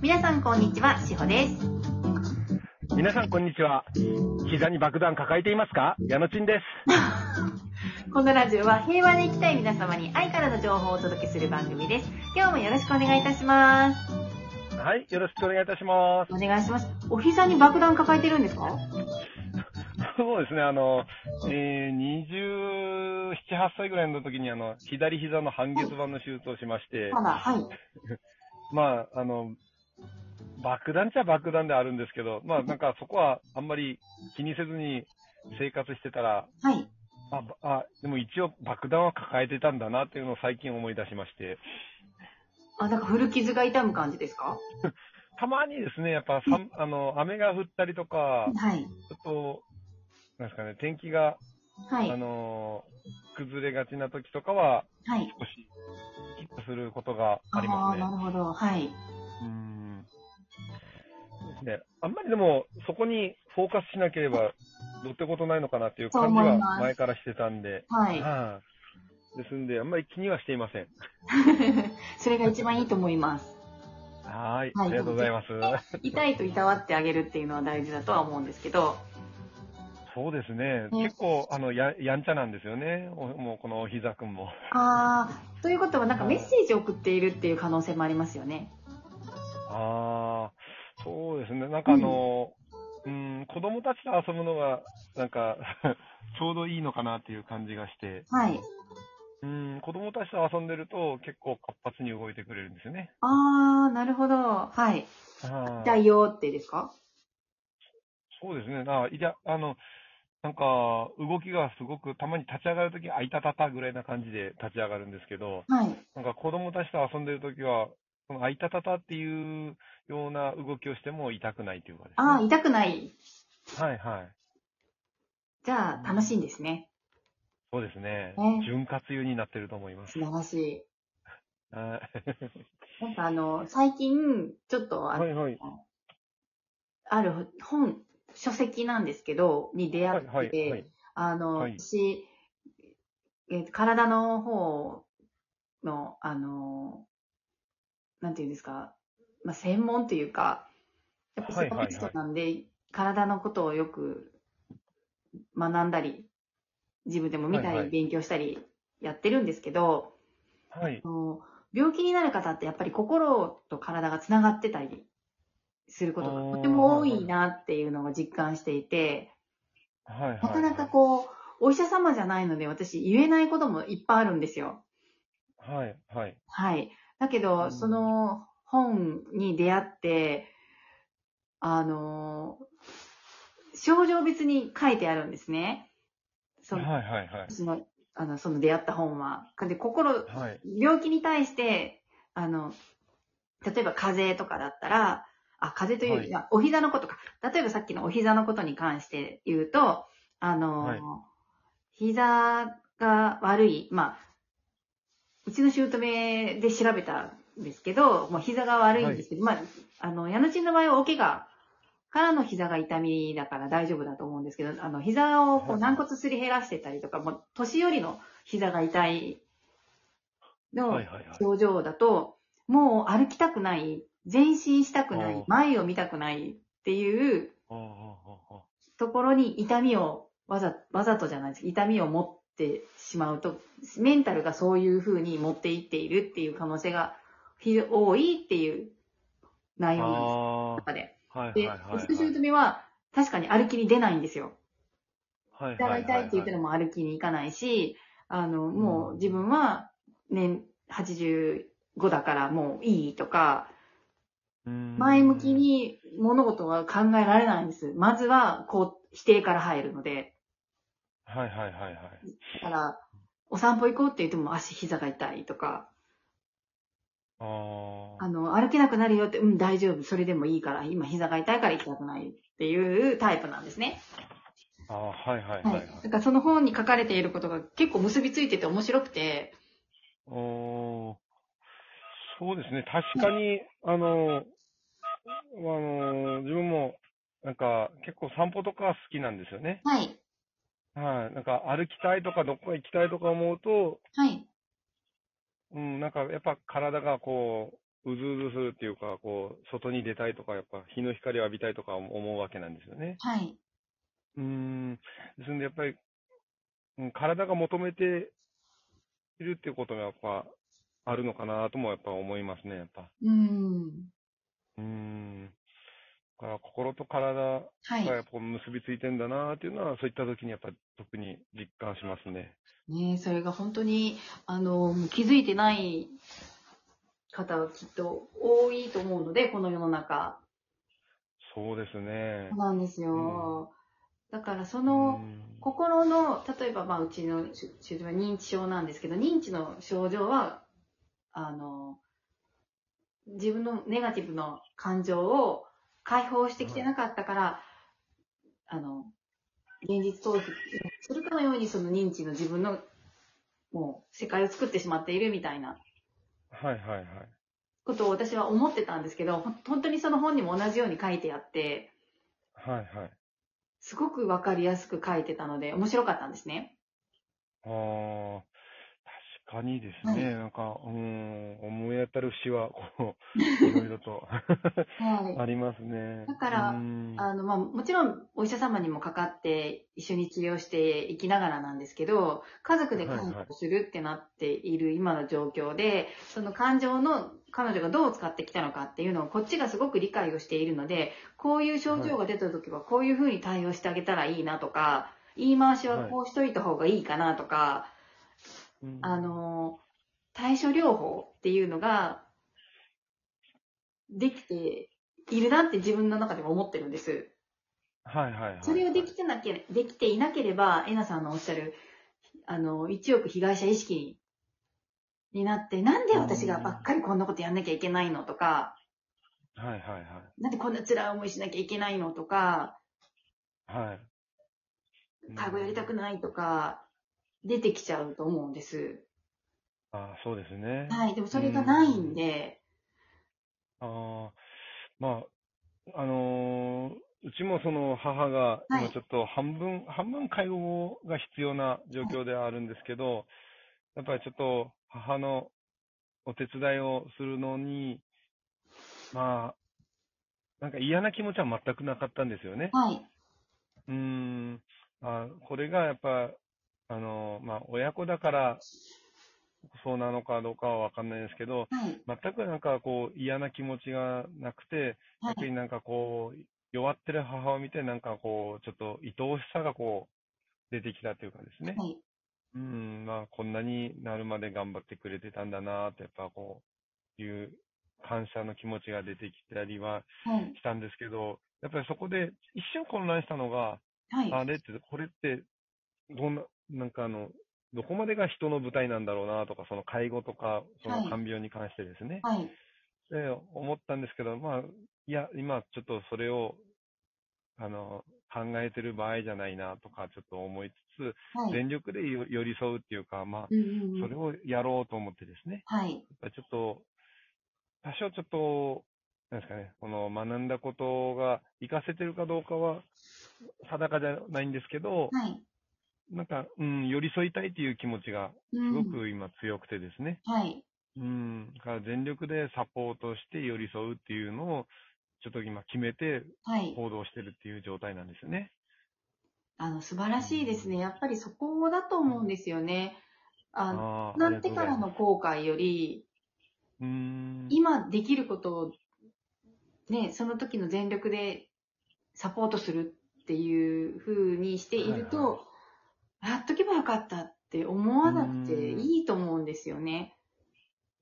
皆さんこんにちは、しほです。皆さん、こんにちは。膝に爆弾抱えていますか矢野ちんです。このラジオは平和で生きたい皆様に愛からの情報をお届けする番組です。今日もよろしくお願いいたします。はい、よろしくお願いいたします。お願いします。お膝に爆弾抱えてるんですかそうですね、あの、えー、27、8歳ぐらいの時に、あの、左膝の半月板の手術をしまして、まだ、はい。まあ、あの、爆弾っちゃ爆弾であるんですけど、まあ、なんかそこはあんまり気にせずに生活してたら、はい。あ、ばあ、でも一応爆弾は抱えてたんだなっていうのを最近思い出しまして、あ、なんか古傷が痛む感じですかたまにですね、やっぱさん、あの、雨が降ったりとか、はい。ちょっと、なんですかね、天気が、はいあ。のー崩れがちな時とかは、はい。少し、ヒットすることがありあまあー、すねな。るほど。はい。うん。ですね。あんまりでも、そこにフォーカスしなければ、どうってことないのかなっていう感じそう思いはます前からしてたんで、はい。はいですんで、あんまり気にはしていません。 それが一番いいと思います。はい。はいありがとうございます。 痛いといたわってあげるっていうのは大事だとは思うんですけど、そうですね。ね結構、あの、や、やんちゃなんですよね。おもう、このお膝くんも。ああ、ということはなんかメッセージを送っているっていう可能性もありますよね。ああ、そうですね。なんかあの、うん、子供たちと遊ぶのが、なんか、 ちょうどいいのかなっていう感じがして、はい。うん、子供たちと遊んでると結構活発に動いてくれるんですよね。ああ、なるほど。はい。はい痛いよってですかそうですね。あ、いや、あの、なんか、動きがすごく、たまに立ち上がるとき、あいたたたぐらいな感じで立ち上がるんですけど、はい。なんか子供たちと遊んでるときは、そのあいたたたっていうような動きをしても痛くないというかでああ、痛くない。すね。はいはい。じゃあ、楽しいんですね。そうですね。ね潤滑油になってると思います。素晴らしい。はなんかあの、最近、ちょっとあ,、いはいはい。ある本、書籍なんですけど、に出会はっいて、はいはい。あの、はい私、えー体の方の、あの、なんていうんですか、まあ、専門というか、やっぱはいはいはいスポーツなんで、体のことをよく学んだり、自分でも見たり、はいはい勉強したりやってるんですけど、はいあ。の病気になる方ってやっぱり心と体がつながってたりすることがとても多いなっていうのが実感していて、はいはい。なかなかこう、お医者様じゃないので私言えないこともいっぱいあるんですよ。はいはい。はい。だけうど、んその本に出会って、あの、症状別に書いてあるんですね。そはいの、はいはい。その、あの、その出会った本は。で、心、はい。病気に対して、あの、例えば風邪とかだったら、あ、風邪という、はいいや、お膝のことか。例えばさっきのお膝のことに関して言うと、あの、はい膝が悪い、まあ、うちの姑で調べたんですけど、もう膝が悪いんですけど、まあ、あの、矢野ちんの場合は大怪我からの膝が痛みだから大丈夫だと思うんですけど、あの、膝をこうはい軟骨すり減らしてたりとか、もう年寄りの膝が痛いのはいはいはい。症状だと、もう歩きたくない、前進したくなあいー、前を見たくないっていうあーあーあところに痛みをわざ、わざとじゃないです痛みを持ってしまうと、メンタルがそういう風に持っていっているっていう可能性が非常多いっていう内ー容なんです。中あで。ー。はいはいで、はい。美しい組は確かに歩きに出ないんですよ。はい膝はがい痛はっいて言ってい。のも歩きに行かないし、あの、もう自分は年85だからもういいとか、前前向き。に物事は考えられないんです。まずは、こう、否定から入るので。はいはいはいはい。だから、お散歩行こうって言っても足膝が痛いとか、ああの、歩けなくなるよって、うん、大丈夫、それでもいいから、今膝が痛いから行きたくないっていうタイプなんですね。あ。ああー、はいはいははいいはい。。だからその本に書かれていることが結構結びついてて面白くて、おーそうですね、確かに、あの、あの、自分も、なんか、結構散歩とか好きなんですよね。はい、はい、なんか歩きたいとかどっか行きたいとか思うと、はい、うん、なんかやっぱ体がこうずうずするっていうか、こう、外に出たいとか、やっぱ日の光を浴びたいとか思うわけなんですよね。はい。うーん。ですので、やっぱり、うん体が求めているっていうことがやっぱ、あるのかなともやっぱ思いますね、やっぱ。うん。うーん。だから心と体がはい。やっぱ結びついてんだなっていうのは、そういった時にやっぱ特に実感しますね。ねえ、それが本当に、あの、気づいてない方はきっと多いと思うので、この世の中。そうですねそう。なんですよ。だからそうの、ん心の、例えば、まあ、うちの主主人は認知症なんですけど、認知の症状は、あの、自分のネガティブの感情を解放してきてなかったから、あの、現実逃避するかのように、その認知の自分の、もう、世界を作ってしまっているみたいなはいはいはい。ことを私は思ってたんですけど、ほん本当にその本にも同じように書いてあって、はいはい。すごくわかりやすく書いてたので、面白かったんですね。ああ、確かにですね、なんか、うん、思い当たる節は、こ う、いろいろと はいありますね。だからうんあの、まあ、もちろん、お医者様にもかかって、一緒に治療していきながらなんですけど、家族で介はいはい護するってなっている今の状況で、その感情の彼女がどう使ってきたのかっていうのを、こっちがすごく理解をしているので、こういう症状が出た時は、こういうふうに対応してあげたらいいなとか、言い回しはこうしといた方がいいかなとか、うんあの、対処療法っていうのが、できているなって自分の中でも思ってるんです。はいはいはい。それをできてなけ、できていなければ、えなさんのおっしゃる、あの、1億被害者意識になって、なんで私がばっかりこんなことやんなきゃいけないのとか、はいはいはい。なんでこんな辛い思いしなきゃいけないのとか、はい。介護やりたくい。ないとか、出てきちゃうと思うんです。ああ、そうですね。はい、でもそれがないんで、ああ、まあ、あのーうちもその母がはい今ちょっと半分、半分介護が必要な状況ではあるんですけど、やっぱりちょっと母のお手伝いをするのに、まあ、なんか嫌な気持ちは全くなかったんですよね。はい、うーん、まあ、これがやっぱ、あのーまあ、親子だから、そうなのかどうかはわかんないですけど、はい、全くなんかこう嫌な気持ちがなくて、はい逆になんかこう、弱ってる母を見て、なんかこう、ちょっと愛おしさがこう、出てきたというかですね。はい。うん、まあこんなになるまで頑張ってくれてたんだなって、やっぱこう、いう感謝の気持ちが出てきたりははい。したんですけど、やっぱりそこで一瞬混乱したのが、はい。あれって、これって、どんな、なんかあの、どこまでが人の舞台なんだろうなとか、その介護とか、そはのい看病に関してですね。はい。で、思ったんですけど、まあ、いや、今ちょっとそれを、あの、考えてる場合じゃないなとか、ちょっと思いつはつ、い。全力でよ寄り添うっていうか、まあ、うんうんうんそれをやろうと思ってですね、はい。やっぱりちょっと、多少ちょっと、なんですかね、この学んだことが活かせてるかどうかは、定かじゃないんですけど、はい。なんか、うん、寄り添いたいっていう気持ちが、うすごん。く今強くてですね、はい。うん、だから全力でサポートして寄り添うっていうのを、ちょっと今決めてはい。行動してるっていう状態なんですよね。あの、素晴らしいですね。やっぱりそこだと思うんですよね。あの、あーあなりがってとうごかざいらますの後悔より、うん。今できることを、ね、その時の全力でサポートするっていう風にしているはいはと、やっとけばよかったって思わなくてうんいいと思うんですよね。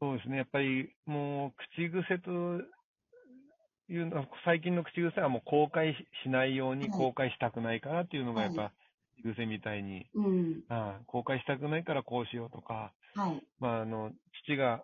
そうですね。やっぱりもう口癖というのは、最近の口癖はもう後悔しないようはにい後悔したくないからっていうのがやっはぱ口癖みたいに、うん。ああ後悔したくないからこうしようとか、はい。まあ、あの、父が、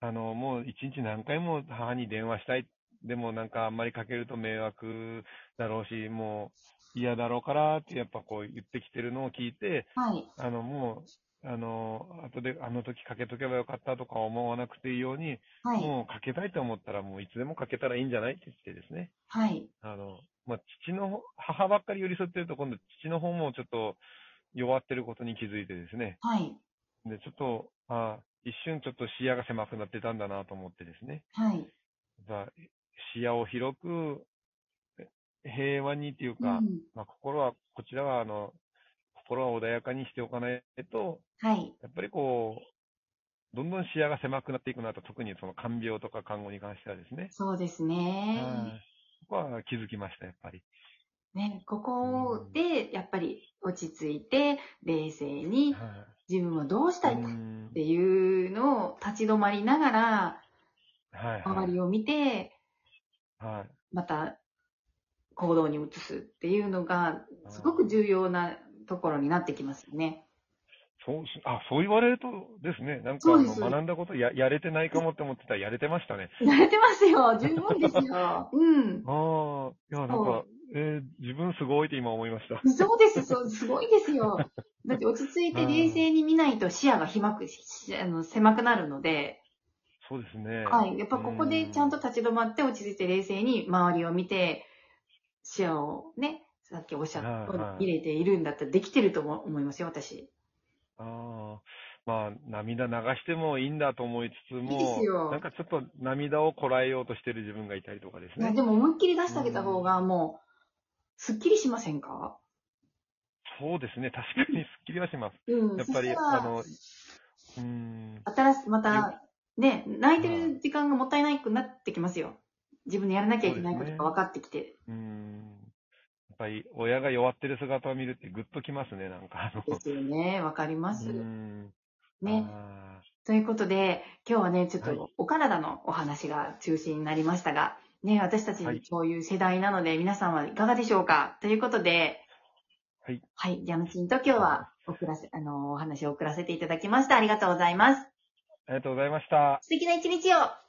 あの、もう一日何回も母に電話したい。でもなんかあんまりかけると迷惑だろうし、もう嫌だろうからってやっぱこう言ってきてるのを聞いて、はい。あのもう、あの、後であの時かけとけばよかったとか思わなくていいように、はい。もうかけたいと思ったらもういつでもかけたらいいんじゃないって言ってですね。はい。あの、まあ、父の方、母ばっかり寄り添ってると今度父の方もちょっと弱ってることに気づいてですね。はい。で、ちょっと、あ一瞬ちょっと視野が狭くなってたんだなと思ってですね。はい。やっぱ視野を広く、平和にっていううか、ん。まあ、心は、こちらは、あの、心は穏やかにしておかないと、はい。やっぱりこう、どんどん視野が狭くなっていくなと、特にその看病とか看護に関してはですね。そうですはね。いそこは気づきました、やっぱり。ね、ここで、やっぱり落ち着いて、冷静には自分はどうしい。たいかうっんていうのを立ち止まりながら、はい、は周りを見て、い。はい。また行動に移すっていうのが、すごく重要なところになってきますよね。そうし、あ、そう言われるとですね、なんかそあうでのす学んだことややれてないかもって思ってたらやれてましたね。慣れてますよ。十分です よ。うん。ああ、いや、なんそか、えー自分すごいって今思いました。そうです、そう、すごいですよ。だって落ち着いて冷静に見ないと視野が狭く、しあの狭くなるので、そうですね。はい。やっぱここでちゃんとう立ち止まって落ち着いて冷静に周りを見て、視野をね、さっきおっしゃった通はいはいり入れているんだったらできてると思思いますよ、私。ああ、まあ、涙流してもいいんだと思いつついいですよも、なんかちょっと涙をこらえようとしてる自分がいたりとかですいや、ね。でも思いっきり出してあげた方がもう、すっきりしませんかそうですね、確かにすっきりはします。うん。やっぱり、そしたらあの、うーん、新し、また、ね、泣いてる時間がもったいなくなってきますよ。自分でやらなきゃいけないことが分かってきて。うーん、やっぱり親が弱ってる姿を見るってグッときますね、なんかあの。ですよね。わかります。うーんね。あということで、今日はね、ちょっはいとお体のお話が中心になりましたが、ね、私たちはいそういう世代なので、皆さんはいかがでしょうかということで、はい。はい。ジャムチンと今日は、おくらせ、あの、お話を送らせていただきました。ありがとうございます。ーありがとうございました。素敵な一日を